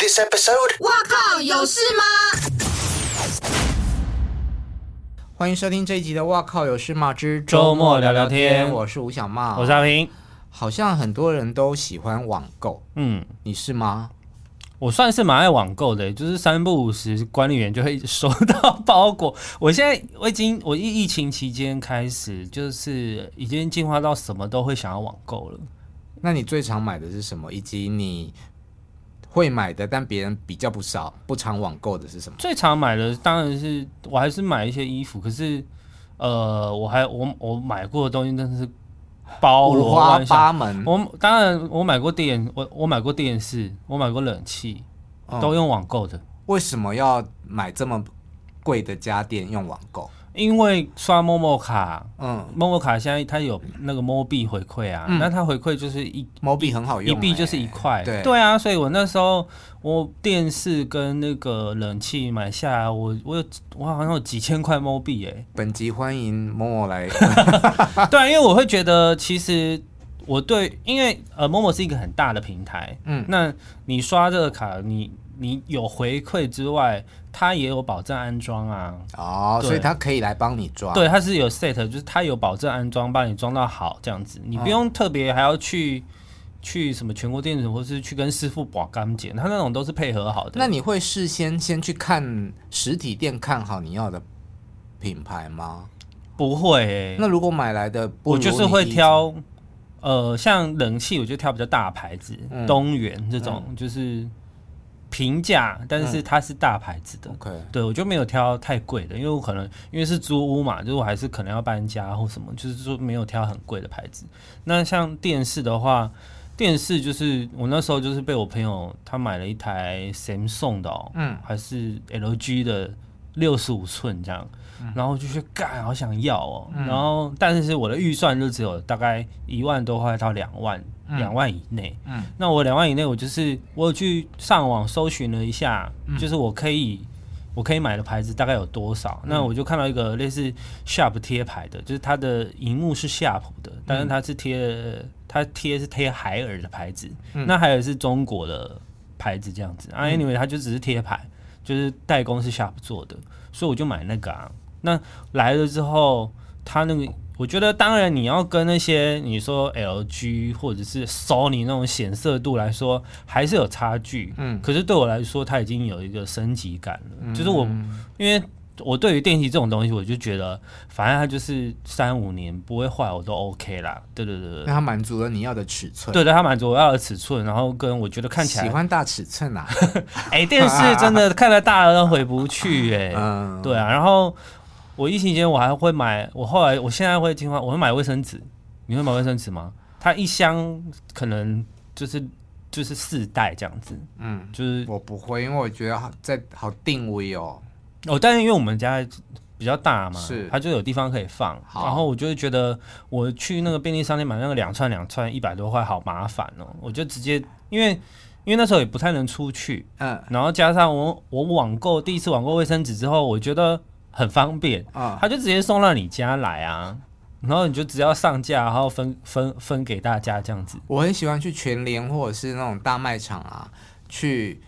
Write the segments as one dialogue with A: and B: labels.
A: this episode?
B: 欢迎收听这一集的《哇靠有事吗之
C: 周末聊聊天
B: 我是吴小茂，
C: 我是阿平。
B: 好像很多人都喜欢网购，
C: 嗯，
B: 你是吗？
C: 我算是蛮爱网购的，就是三不五时，管理员就会收到包裹。 我现在我已经我疫疫情期间开始，就是已经进化到什么都会想要网购了。
B: 那你最常买的是什么？以及你会买的，但别人比较不少、不常网购的是什么？
C: 最常买的当然是我还是买一些衣服，可是呃，我还我我买过的东西真的是包
B: 五
C: 罗
B: 花
C: 万象
B: 八。门，
C: 我当然我买过电，我我买过电视，我买过冷气，
B: 嗯
C: 都用网购的。
B: 为什么要买这么贵的家电用网购？
C: 因为刷某某卡，
B: 嗯，
C: 某某卡现在它有那个某币回馈啊，
B: 嗯
C: 那它回馈就是一
B: 毛笔很好
C: 一
B: 用、
C: 币就是一
B: 欸
C: 块，
B: 对
C: 啊，所以我那时候我电视跟那个冷气买下来，我我有我好像有几千块猫币哎，
B: 本集欢迎某某来，
C: 对、啊，因为我会觉得其实我对，因为呃某某是一个很大的平台，
B: 嗯，
C: 那你刷这个卡，你你有回馈之外，它也有保证安装啊，
B: 哦，
C: 对
B: 所以他可以来帮你抓，
C: 对，它是有 set，就是它有保证安装，帮你装到好这样子，你
B: 嗯
C: 不用特别还要去、去什么全国电子，或是去跟师傅保钢检，它那种都是配合好的。
B: 那你会事先先去看实体店看好你要的品牌吗？
C: 不会、欸？
B: 那如果买来的不
C: 我
B: 如你
C: 就是会
B: 意
C: 挑，呃，像冷气，我就挑比较大牌子，
B: 嗯
C: 东元这种、就是平价，但
B: 嗯
C: 是它是大牌子的。
B: 中，OK，
C: 对，我就没有挑太贵的，因为我可能因为是租屋嘛，就是我还是可能要搬家或什么，就是说没有挑很贵的牌子。那像电视的话，电视就是我那时候就是被我朋友他买了一台 Samsung 的哦，
B: 嗯
C: 还是 LG 的六十五寸这样，
B: 嗯
C: 然后我就去干，好想要哦，然后但是我的预算就只有大概一万多块到两万，两、万以内，
B: 嗯
C: 那我两万以内，我就是我有去上网搜寻了一下，
B: 嗯
C: 就是我可以我可以买的牌子大概有多少？那我就看到一个类似 Sharp 贴牌的，就是它的荧幕是夏普的，但是它是贴它贴是贴海尔的牌子，那海尔是中国的牌子这样子啊。Anyway，它就只是贴牌，就是代工是 Sharp 做的，所以我就买那个啊。那来了之后，它那个。我觉得，当然你要跟那些你说 LG 或者是 Sony 那种显色度来说，还是有差距。
B: 嗯
C: 可是对我来说，它已经有一个升级感了。就是我，因为我对于电器这种东西，我就觉得反正它就是三五年不会坏，我都 OK 啦。对对对
B: 那
C: 对，
B: 它满足了你要的尺寸，
C: 对，对，它满足我要的尺寸，然后跟我觉得看起
B: 喜
C: 来，
B: 欢大尺寸 啊，
C: 哎、电视真的看得大了都回不去哎、
B: 嗯，
C: 对啊，然后我疫情期间我还会买，我后来我现在会进化，我会买卫生纸。你会买卫生纸吗？它一箱可能就是就是四袋这样子，
B: 嗯，
C: 就是
B: 我不会，因为我觉得好在好定位哦，
C: 哦，但是因为我们家比较大嘛，
B: 是
C: 它就有地方可以放。
B: 好
C: 然后我就会觉得，我去那个便利商店买那个两串两串一百多块，好麻烦哦。我就直接，因为因为那时候也不太能出去，
B: 嗯
C: 然后加上我我网购第一次网购卫生纸之后，我觉得很方便，
B: 啊，
C: 他就直接送到你家来啊。然后你就只要上架，然后分分分给大家这样子。
B: 我很喜欢去全联或者是那种大卖场啊，去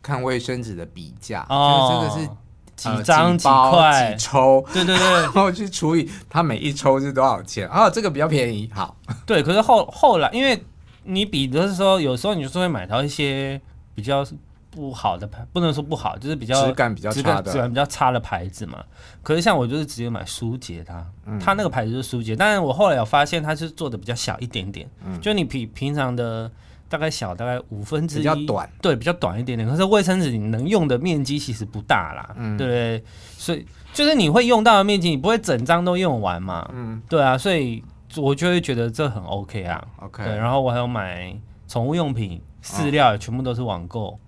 B: 看卫生纸的比价，
C: 哦，
B: 就是这个是。呃
C: 几张
B: 几包
C: 块
B: 几？抽，
C: 对对对，
B: 然后去除以它每一抽是多少钱啊？这个比较便宜，好，
C: 对，可是后后来，因为你比的时候，有时候你就是会买到一些比较不好的牌，不能说不好，就是比较
B: 质感比较
C: 质
B: 差
C: 感质
B: 的，
C: 感比较差的牌子嘛。可是像我就是直接买舒洁它，
B: 嗯
C: 它那个牌子就是舒洁，但是我后来有发现它是做的比较小一点点，
B: 嗯
C: 就你比平常的大概小大概五分之一，
B: 比较短，
C: 对，比较短一点点。可是卫生纸你能用的面积其实不大啦，
B: 嗯
C: 对不对？所以就是你会用到的面积，你不会整张都用完嘛，
B: 嗯
C: 对啊，所以我就会觉得这很 OK 啊。
B: ，OK，啊
C: 对，然后我还有买宠物用品、饲料，全部都是网购。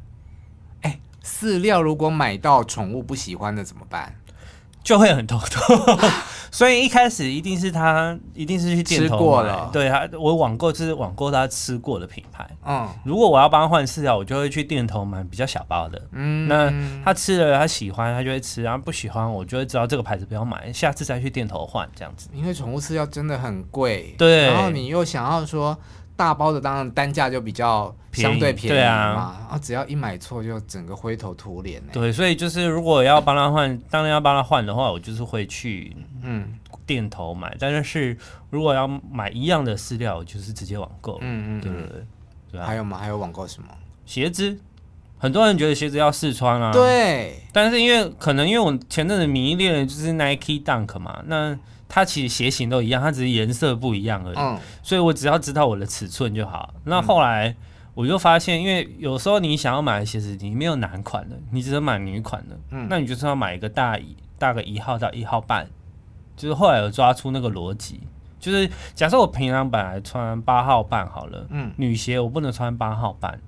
B: 饲料如果买到宠物不喜欢的怎么办？
C: 就会很头 痛。所以一开始一定是他，一定是去店头
B: 吃过
C: 买
B: 了
C: 对他，我网购就是网购他吃过的品牌。
B: 嗯
C: 如果我要帮他换饲料，我就会去店头买比较小包的。
B: 嗯，
C: 那他吃了，他喜欢，他就会吃；然后不喜欢，我就会知道这个牌子不要买，下次再去店头换这样子。
B: 因为宠物饲料真的很贵，
C: 对
B: 然后你又想要说大包的，当然单价就比较
C: 便宜
B: 相对便宜嘛，
C: 对啊
B: 然后只要一买错就整个灰头土脸、欸、，
C: 对，所以就是如果要帮他换，当然要帮他换的话，我就是会去
B: 嗯
C: 店头买。但是如果要买一样的饲料，我就是直接网购。
B: 嗯嗯，啊
C: 对对对，对
B: 还
C: 啊。
B: 有吗？还有网购什么？
C: 鞋子，很多人觉得鞋子要试穿啊。。
B: 对，
C: 但是因为可能因为我前阵子迷恋的就是 Nike Dunk 嘛，那它其实鞋型都一样，它只是颜色不一样而已。
B: 嗯
C: 所以我只要知道我的尺寸就好。那后来我就发现，因为有时候你想要买的鞋子，你没有男款的，你只能买女款的，
B: 嗯
C: 那你就是要买一个大一大个一号到一号半。就是后来有抓出那个逻辑，就是假设我平常本来穿八号半好了，
B: 嗯，
C: 女鞋我不能穿八号半，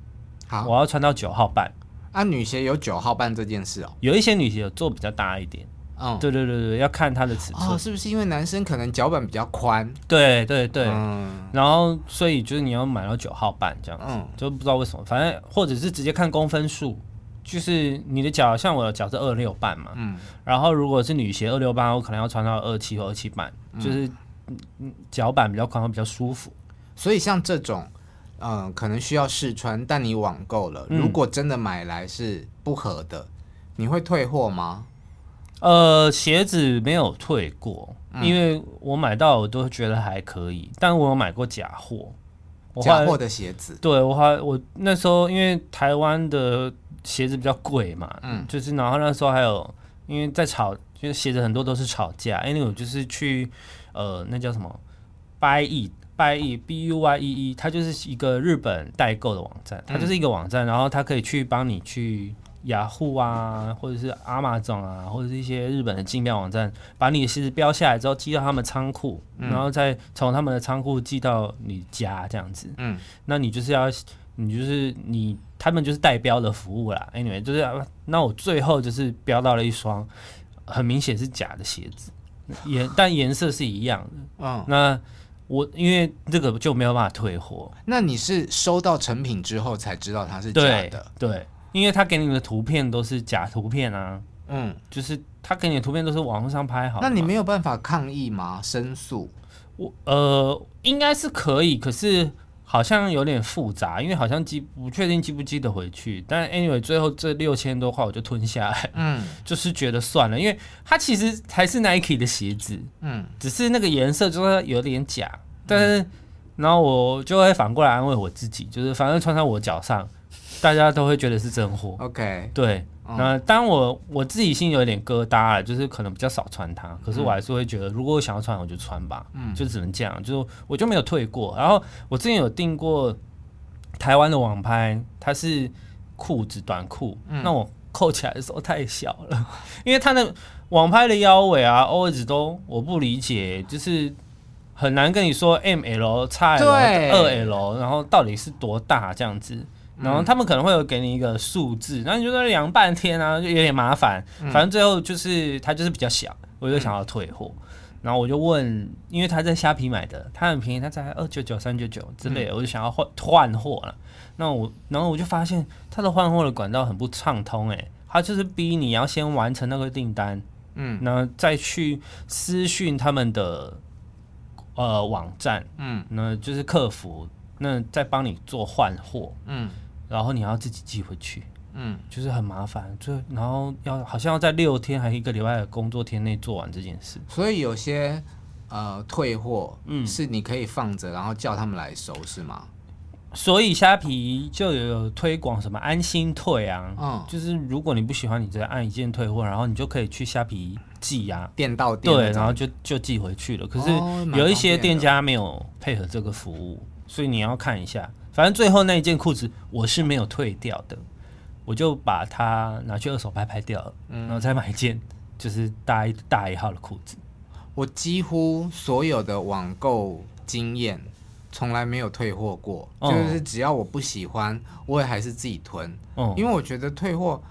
B: 好
C: 我要穿到九号半。
B: 啊，女鞋有九号半这件事哦，
C: 有一些女鞋有做比较大一点，
B: 嗯，
C: 对对对对，要看它的尺寸，
B: 哦，是不是因为男生可能脚板比较宽？
C: 对对对。
B: 嗯
C: 然后，所以就是你要买到九号半这样子，
B: 嗯
C: 就不知道为什么，反正或者是直接看公分数，就是你的脚，像我的脚是二六半嘛，
B: 嗯，
C: 然后如果是女鞋二六半，我可能要穿到二七或二七半，就是嗯嗯脚板比较宽，会比较舒服。
B: 所以像这种，嗯、可能需要试穿，但你网购了，
C: 嗯
B: 如果真的买来是不合的，你会退货吗？
C: 呃，鞋子没有退过，
B: 嗯
C: 因为我买到我都觉得还可以，但我有买过假货，我后
B: 假
C: 来
B: 货的鞋子，
C: 对我还我那时候因为台湾的鞋子比较贵嘛，
B: 嗯
C: 就是然后那时候还有因为在吵，就是鞋子很多都是吵架，因为我就是去呃那叫什么 Buy It。Buy E B U Y E E，它就是一个日本代购的网站，它就是一个网站，然后它可以去帮你去雅虎啊，或者是阿玛总啊，或者是一些日本的竞标网站，把你的鞋子标下来之后寄到他们仓库，然后再从他们的仓库寄到你家这样子。
B: 嗯，
C: 那你就是要，你就是你，他们就是代标的服务啦。Anyway，就是啊那我最后就是标到了一双很明显是假的鞋子，颜但颜色是一样的。
B: 嗯，
C: 那我因为这个就没有办法退货，
B: 那你是收到成品之后才知道它是假
C: 对
B: 的，
C: 对，因为他给你的图片都是假图片啊，
B: 嗯，
C: 就是他给你的图片都是网络上拍好的
B: 那
C: 嘛。
B: 你没有办法抗议吗？申诉？
C: 我呃，应该是可以，可是好像有点复杂，因为好像寄不确定寄不寄得回去。但 anyway，最后这六千多块我就吞下来，
B: 嗯
C: 就是觉得算了，因为它其实还是 Nike 的鞋子，
B: 嗯，
C: 只是那个颜色就是有点假。但是，然后我就会反过来安慰我自己，就是反正穿在我脚上，大家都会觉得是真货。
B: OK，
C: 对，那当然我我自己心里有点疙瘩了，就是可能比较少穿它，可是我还是会觉得，如果我想要穿，我就穿吧，就只能这样，就我就没有退过。然后我之前有订过台湾的网拍，它是裤子短裤，那我扣起来的时候太小了， 因为它的网拍的腰围啊、always 都我不理解，就是。很难跟你说 M L、X L、
B: 对
C: 二 L，然后到底是多大这样子，然后他们可能会有给你一个数字，然后你就在那量半天啊，就有点麻烦。反正最后就是它就是比较小，我就想要退货。然后我就问，因为他在虾皮买的，他很便宜，他才二九九、三九九之类的，我就想要换换货了。那我，然后我就发现他的换货的管道很不畅通、欸，他就是逼你要先完成那个订单，
B: 嗯
C: 然后再去私讯他们的呃网站，
B: 嗯
C: 那就是客服，那再帮你做换货，
B: 嗯
C: 然后你要自己寄回去，
B: 嗯，
C: 就是很麻烦。最然后要好像要在六天还是一个礼拜的工作天内做完这件事。
B: 所以有些呃退货，
C: 嗯
B: 是你可以放着，然后叫他们来收，是吗？
C: 所以虾皮就有推广什么安心退啊，
B: 嗯
C: 就是如果你不喜欢，你直接按一键退货，然后你就可以去虾皮寄啊，
B: 店到店那
C: 对，
B: 种，
C: 然后就就寄回去了。可是
B: 哦蛮
C: 有一
B: 方
C: 些
B: 便的
C: 店家没有配合这个服务，所以你要看一下。反正最后那一件裤子我是没有退掉的，我就把它拿去二手拍拍掉了，
B: 嗯
C: 然后再买一件就是大一大一号的裤子。
B: 我几乎所有的网购经验，从来没有退货过，
C: 哦
B: 就是只要我不喜欢，我也还是自己囤，
C: 嗯，
B: 因为我觉得退货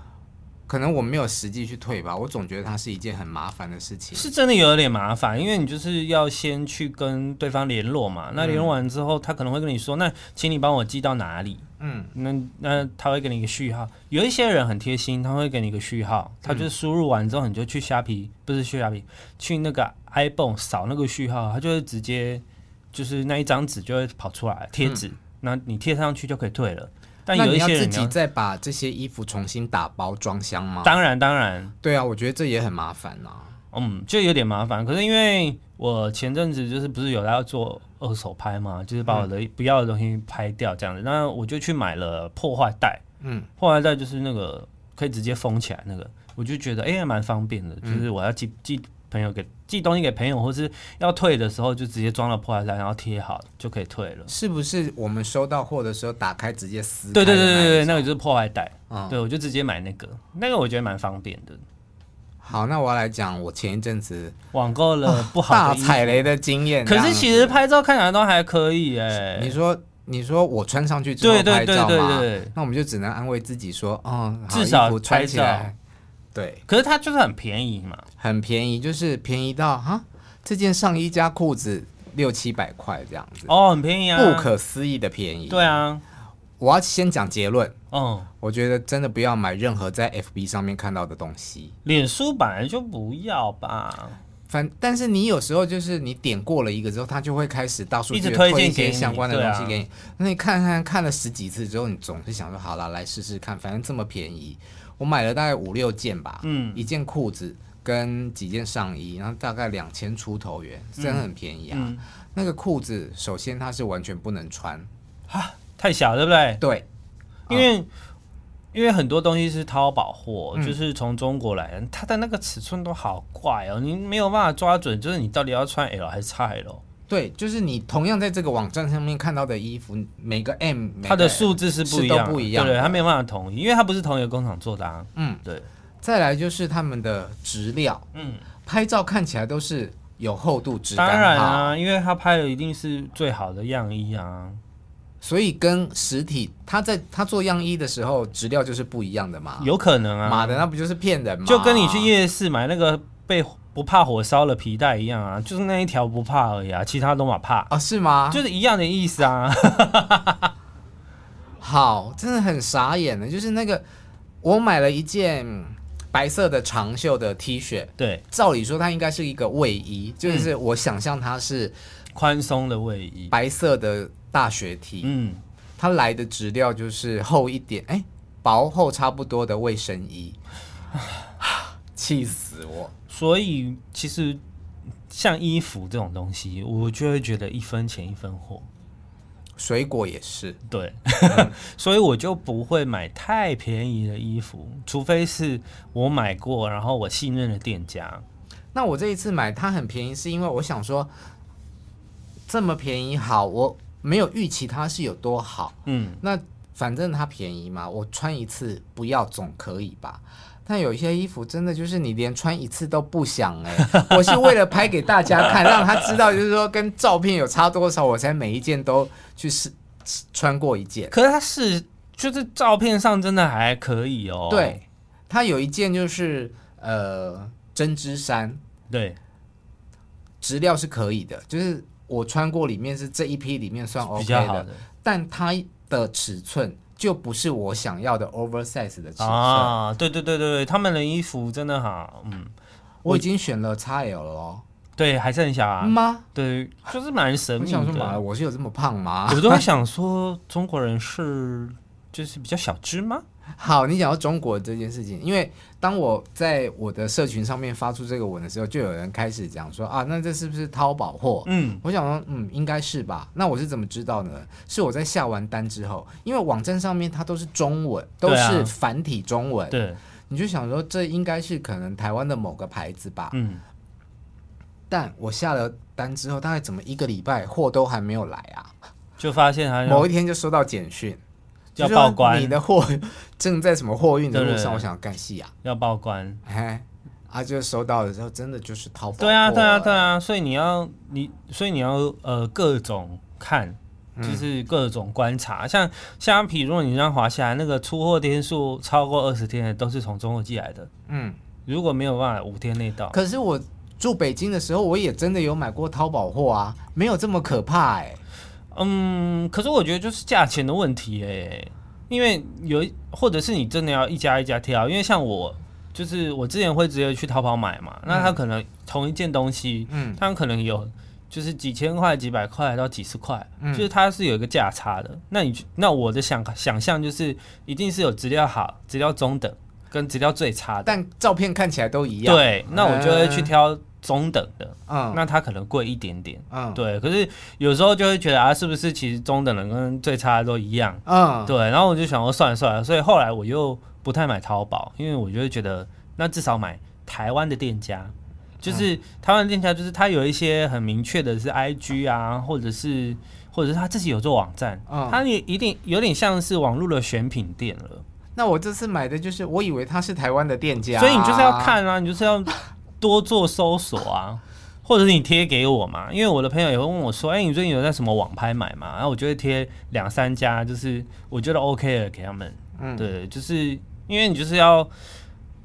B: 可能我没有实际去退吧，我总觉得它是一件很麻烦的事情。
C: 是真的有点麻烦，因为你就是要先去跟对方联络嘛。
B: 嗯
C: 那联络完之后，他可能会跟你说：“那请你帮我寄到哪里？”
B: 嗯，
C: 那那他会给你一个序号。有一些人很贴心，他会给你一个序号，他就是输入完之后，你就去虾皮，不是去虾皮，去那个 iPhone 扫那个序号，他就会直接就是那一张纸就会跑出来贴纸，那、你贴上去就可以退了。但
B: 嗯那
C: 有
B: 你
C: 一
B: 要
C: 些人
B: 自
C: 你
B: 己
C: 要
B: 再把这些衣服重新打包装箱吗？
C: 当然当然，
B: 对啊，我觉得这也很麻烦啊。
C: 嗯，就有点麻烦。可是因为我前阵子就是不是有要做二手拍嘛，就是
B: 嗯
C: 把我的不要的东西拍掉这样子，那我就去买了破坏袋。
B: 嗯，
C: 破坏袋就是那个可以直接封起来那个，我就觉得哎、还蛮方便
B: 嗯
C: 的，就是我要寄寄朋友给寄东西给朋友，或是要退的时候就直接装到破坏袋，然后贴好就可以退了。
B: 是不是我们收到货的时候打开直接撕
C: 对
B: 开的
C: 对
B: 一种？
C: 对对对，那个就是破坏袋。
B: 嗯
C: 对，我就直接买那个，那个我觉得蛮方便的。
B: 好，那我要来讲我前一阵子
C: 网购了不好
B: 哦大
C: 的衣服、
B: 踩雷的经验。
C: 可
B: 这
C: 是
B: 样
C: 其
B: 子
C: 实拍照看起来都还可以哎、
B: 你说你说我穿上去之后
C: 对对
B: 拍
C: 对
B: 照
C: 对
B: 嘛，
C: 对。
B: 那我们就只能安慰自己说，哦，好
C: 至少
B: 衣服穿起
C: 拍
B: 来，对，
C: 可是它就是很便宜嘛，
B: 很便宜，就是便宜到哈，这件上衣加裤子六七百块这样子，
C: 哦，很便宜啊，
B: 不可思议的便宜。
C: 对，啊，
B: 我要先讲结论，
C: 嗯，
B: 我觉得真的不要买任何在 FB 上面看到的东西。
C: 脸书本来就不要吧，
B: 反，但是你有时候就是你点过了一个之后，它就会开始到处
C: 一直
B: 去
C: 推
B: 推
C: 荐
B: 一些
C: 给你
B: 相关的
C: 对啊
B: 东西给你。那你看看看了十几次之后，你总是想说好了，来试试看，反正这么便宜，我买了大概五六件吧，
C: 嗯
B: 一件裤子跟几件上衣，然后大概两千出头元，真的很便宜啊。
C: 嗯，
B: 那个裤子，首先它是完全不能穿，
C: 太小对不对？
B: 对，
C: 因为、因为很多东西是淘宝货，
B: 嗯
C: 就是从中国来的，它的那个尺寸都好怪哦，你没有办法抓准，就是你到底要穿 L 还是 XL，
B: 对，就是你同样在这个网站上面看到的衣服，每个 M 每个
C: 它的
B: L
C: 数字是不
B: 是
C: 一
B: 都
C: 样的，
B: 不一样
C: 对对，
B: 的
C: 它没有办法统一，因为它不是同一个工厂做的啊，
B: 嗯，
C: 对，
B: 再来就是他们的质料，
C: 嗯，
B: 拍照看起来都是有厚度、质
C: 当
B: 感好，
C: 然啊，因为它拍的一定是最好的样衣啊，
B: 所以跟实体，他在他做样衣的时候，质料就是不一样的嘛。
C: 有可能啊，
B: 妈的，那不就是骗人吗？
C: 就跟你去夜市买那个被不怕火烧的皮带一样啊，就是那一条不怕而已啊，其他都嘛怕，
B: 啊、是吗？
C: 就是一样的意思 啊。
B: 好，真的很傻眼的，就是那个我买了一件白色的长袖的 T 恤，
C: 对，
B: 照理说它应该是一个卫衣，
C: 嗯
B: 就是我想象它是
C: 宽松的卫衣，
B: 白色的大学 T，、
C: 嗯，
B: 它来的质料就是厚一点，哎、薄厚差不多的卫生衣， 气死我！
C: 所以其实像衣服这种东西，我就会觉得一分钱一分货，
B: 水果也是，
C: 对，
B: 嗯
C: 所以我就不会买太便宜的衣服，除非是我买过，然后我信任的店家，
B: 那我这一次买它很便宜，是因为我想说这么便宜好，我没有预期它是有多好。
C: 嗯，
B: 那反正它便宜嘛，我穿一次不要总可以吧？但有一些衣服真的就是你连穿一次都不想哎、 我是为了拍给大家看，让他知道就是说跟照片有差多少，我才每一件都去试试穿过一件。
C: 可是它是就是照片上真的还可以哦，
B: 对，它有一件就是呃针织衫，
C: 对，
B: 质料是可以的，就是我穿过里面是这一批里面算啊 OK
C: 比较好
B: 的，但它的尺寸就不是我想要的 oversize 的尺寸。
C: 啊，对对对对对，他们的衣服真的好，嗯，
B: 我已经选了 XL 了哦，
C: 对，还是很小啊，
B: 妈、
C: 对，就是蛮神
B: 我
C: 秘
B: 想说妈，
C: 的。
B: 我是有这么胖吗？
C: 我都会想说，中国人是就是比较小只吗？
B: 好，你讲到中国这件事情，因为当我在我的社群上面发出这个文的时候，就有人开始讲说啊，那这是不是淘宝货？
C: 嗯，
B: 我想说，嗯，应该是吧。那我是怎么知道呢？是我在下完单之后，因为网站上面它都是中文，都
C: 对啊
B: 是繁体中文，
C: 对，
B: 你就想说这应该是可能台湾的某个牌子吧。
C: 嗯，
B: 但我下了单之后，大概怎么一个礼拜货都还没有来啊？
C: 就发现他
B: 某一天就收到简讯，
C: 要
B: 就说
C: 报关
B: 你的货正在什么货运的路
C: 对对
B: 上。
C: 对
B: 我想干戏啊，
C: 要报关。
B: 嘿，啊，就收到的时候真的就是淘宝货啊
C: 啊对啊，对啊，对，啊，所以你要你，所以你要呃各种看，
B: 嗯
C: 就是各种观察，像虾皮，如果你让华夏那个出货天数超过二十天的，都是从中国寄来的。
B: 嗯，
C: 如果没有办法五天内到，
B: 可是我住北京的时候，我也真的有买过淘宝货啊，没有这么可怕哎、
C: 嗯，可是我觉得就是价钱的问题哎、因为有一或者是你真的要一家一家挑，因为像我就是我之前会直接去淘宝买嘛，那他可能同一件东西，
B: 嗯
C: 他可能有就是几千块、几百块到几十块，
B: 嗯
C: 就是它是有一个价差的。那你去那我的想想象就是一定是有质量好、质量中等跟质量最差的，
B: 但照片看起来都一样。，
C: 对，那我就会去
B: 嗯
C: 挑中等的，
B: 嗯，
C: 那它可能贵一点点。
B: 嗯，
C: 对，可是有时候就会觉得啊，是不是其实中等人跟最差的都一样？
B: 嗯，
C: 对，然后我就想说算了算了，所以后来我又不太买淘宝，因为我就会觉得那至少买台湾的店家，就是台湾的店家，就是它有一些很明确的是 IG 啊，或者是或者是他自己有做网站，
B: 嗯
C: 它也一定有点像是网络的选品店了，
B: 那我这次买的就是，我以为他是台湾的店家，
C: 所以你就是要。看啊，你就是要多做搜索 啊。或者是你贴给我嘛，因为我的朋友也会问我说：“哎、你最近有在什么网拍买吗？”然后我就会贴两三家，就是我觉得 OK 的给他们。
B: 嗯，
C: 对，就是因为你就是要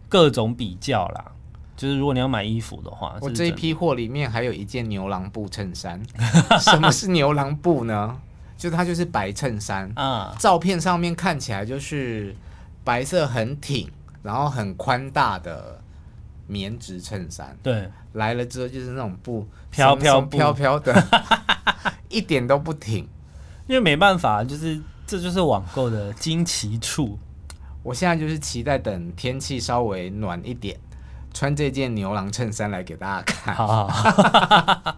C: 各种比较啦。就是如果你要买衣服的话，
B: 我
C: 是
B: 这一
C: 真的
B: 批货里面还有一件牛郎布衬衫。什么是牛郎布呢？ 就它就是白衬衫，
C: 啊，
B: 照片上面看起来就是白色很挺，然后很宽大的棉质衬衫。
C: 对，
B: 来了之后就是那种布
C: 飘
B: 松松
C: 飘布
B: 飘飘的， 一点都不挺。
C: 因为没办法，就是这就是网购的惊奇处。
B: 我现在就是期待等天气稍微暖一点，穿这件牛郎衬衫来给大家看。
C: 好好好，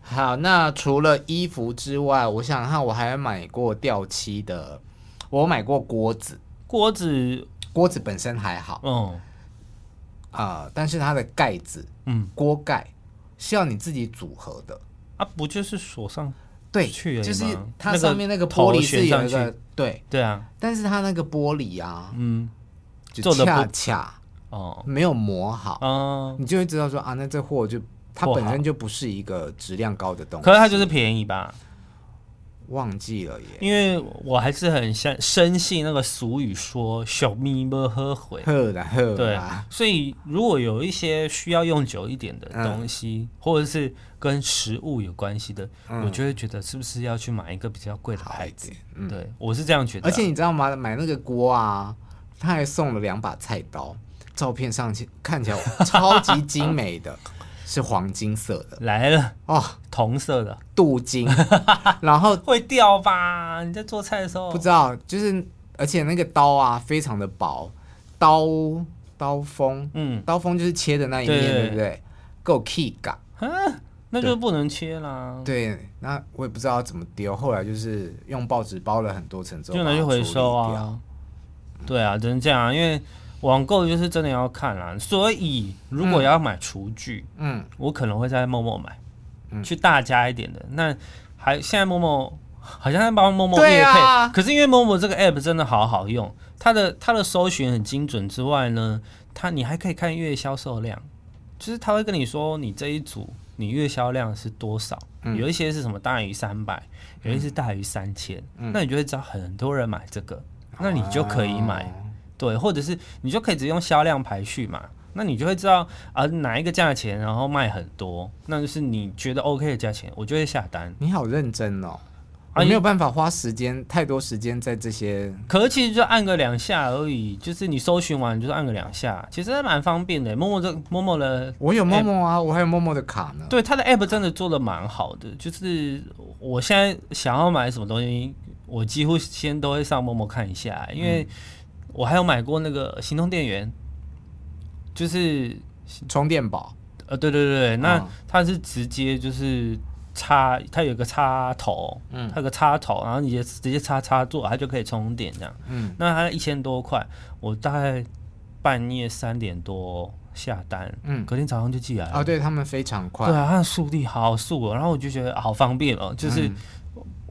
B: 好，那除了衣服之外，我想想看，我还买过掉漆的，我买过锅子，
C: 锅子，
B: 锅子本身还好
C: 嗯
B: 啊、呃但是它的盖子，
C: 嗯，
B: 锅盖是要你自己组合的。
C: 啊，不就是锁上？
B: 对，
C: 去而已
B: 就是
C: 吗
B: 它
C: 那个
B: 上面那个玻璃是有
C: 头
B: 一
C: 旋上
B: 个对，
C: 对啊，
B: 但是它那个玻璃啊，
C: 嗯，
B: 就
C: 做得不
B: 恰恰
C: 哦，
B: 没有磨好，
C: 啊，
B: 你就会知道说啊，那这货就它
C: 货
B: 本身
C: 好
B: 就不是一个质量高的东西。
C: 可是它就是便宜吧？
B: 忘记了耶，
C: 因为我还是很相深信那个俗语说“小咪不 喝悔”，
B: 呵啦呵
C: 对啊
B: 啦，，
C: 所以如果有一些需要用久一点的东
B: 嗯
C: 西，或者是跟食物有关系的，我就会觉得是不是要去买一个比较贵的
B: 好
C: 牌
B: 一
C: 子
B: 点？，嗯。
C: 对，我是这样觉得啊。
B: 而且你知道吗？买那个锅啊，他还送了两把菜刀，照片上去看起来超级精美 的，是黄金色的
C: 来了
B: 哦，
C: 同色的
B: 镀金， 然后
C: 会掉吧？你在做菜的时候
B: 不知道就是，而且那个刀啊非常的薄，刀刀锋，
C: 嗯，
B: 刀锋就是切的那一面，
C: 对
B: 对不对？够 key 感，
C: 那就不能切啦，
B: 对，那我也不知道怎么丢，后来就是用报纸包了很多层之后，
C: 就拿去回收。啊。对啊，只能这样啊，因为网购就是真的要看啦。所以如果要买厨具，
B: 嗯，
C: 我可能会在陌陌买，去大家一点的。那还现在陌陌好像在帮陌陌
B: 对
C: 业配，
B: 啊
C: 可是因为陌陌这个 app 真的好好用，它的它的搜寻很精准之外呢，它你还可以看月销售量，就是它会跟你说你这一组你月销量是多少，有一些是什么大于三百，有一些是大于三千，那你就会知道很多人买这个，那你就可以买。对，或者是你就可以直接用销量排序嘛，那你就会知道啊、哪一个价钱，然后卖很多，那就是你觉得 OK 的价钱，我就会下单。
B: 你好认真哦，
C: 啊
B: 我没
C: 你
B: 有办法花时间太多时间在这些
C: 可是其实就按个两下而已，就是你搜寻完你就是按个两下，其实还蛮方便的。陌陌这陌陌的，
B: 我有陌陌啊，我还有陌陌的卡呢。
C: 对它的 app 真的做的蛮好的，就是我现在想要买什么东西，我几乎先都会上陌陌看一下，因为我还有买过那个行动电源，就是
B: 充电宝，
C: 呃，对对对，那
B: 嗯
C: 它是直接就是插，它有一个插头，
B: 嗯
C: 它有个插头，然后你直接直接插插座，它就可以充电这样。
B: 嗯，
C: 那它一千多块，我大概半夜三点多下单，
B: 嗯
C: 隔天早上就寄来了。
B: 啊，对他们非常快。
C: 对啊，它的速率好速哦，然后我就觉得好方便哦，
B: 嗯
C: 就是。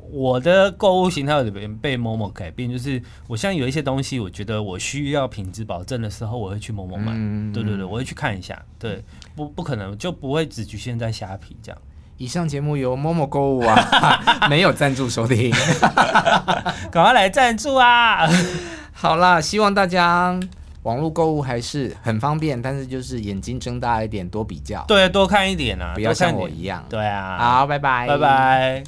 C: 我的购物形态有点被某某改变，就是我现在有一些东西，我觉得我需要品质保证的时候，我会去某某买。
B: 嗯
C: 对对对，我会去看一下。对，不不可能就不会只局限在虾皮这样。
B: 以上节目由某某购物 啊没有赞助收听。
C: 赶快来赞助啊！
B: 好啦，希望大家网络购物还是很方便，但是就是眼睛睁大一点，多比较，
C: 对，多看一点啊，
B: 不要
C: 多看
B: 像我
C: 点
B: 一样
C: 对啊，
B: 好，拜拜，
C: 拜。拜。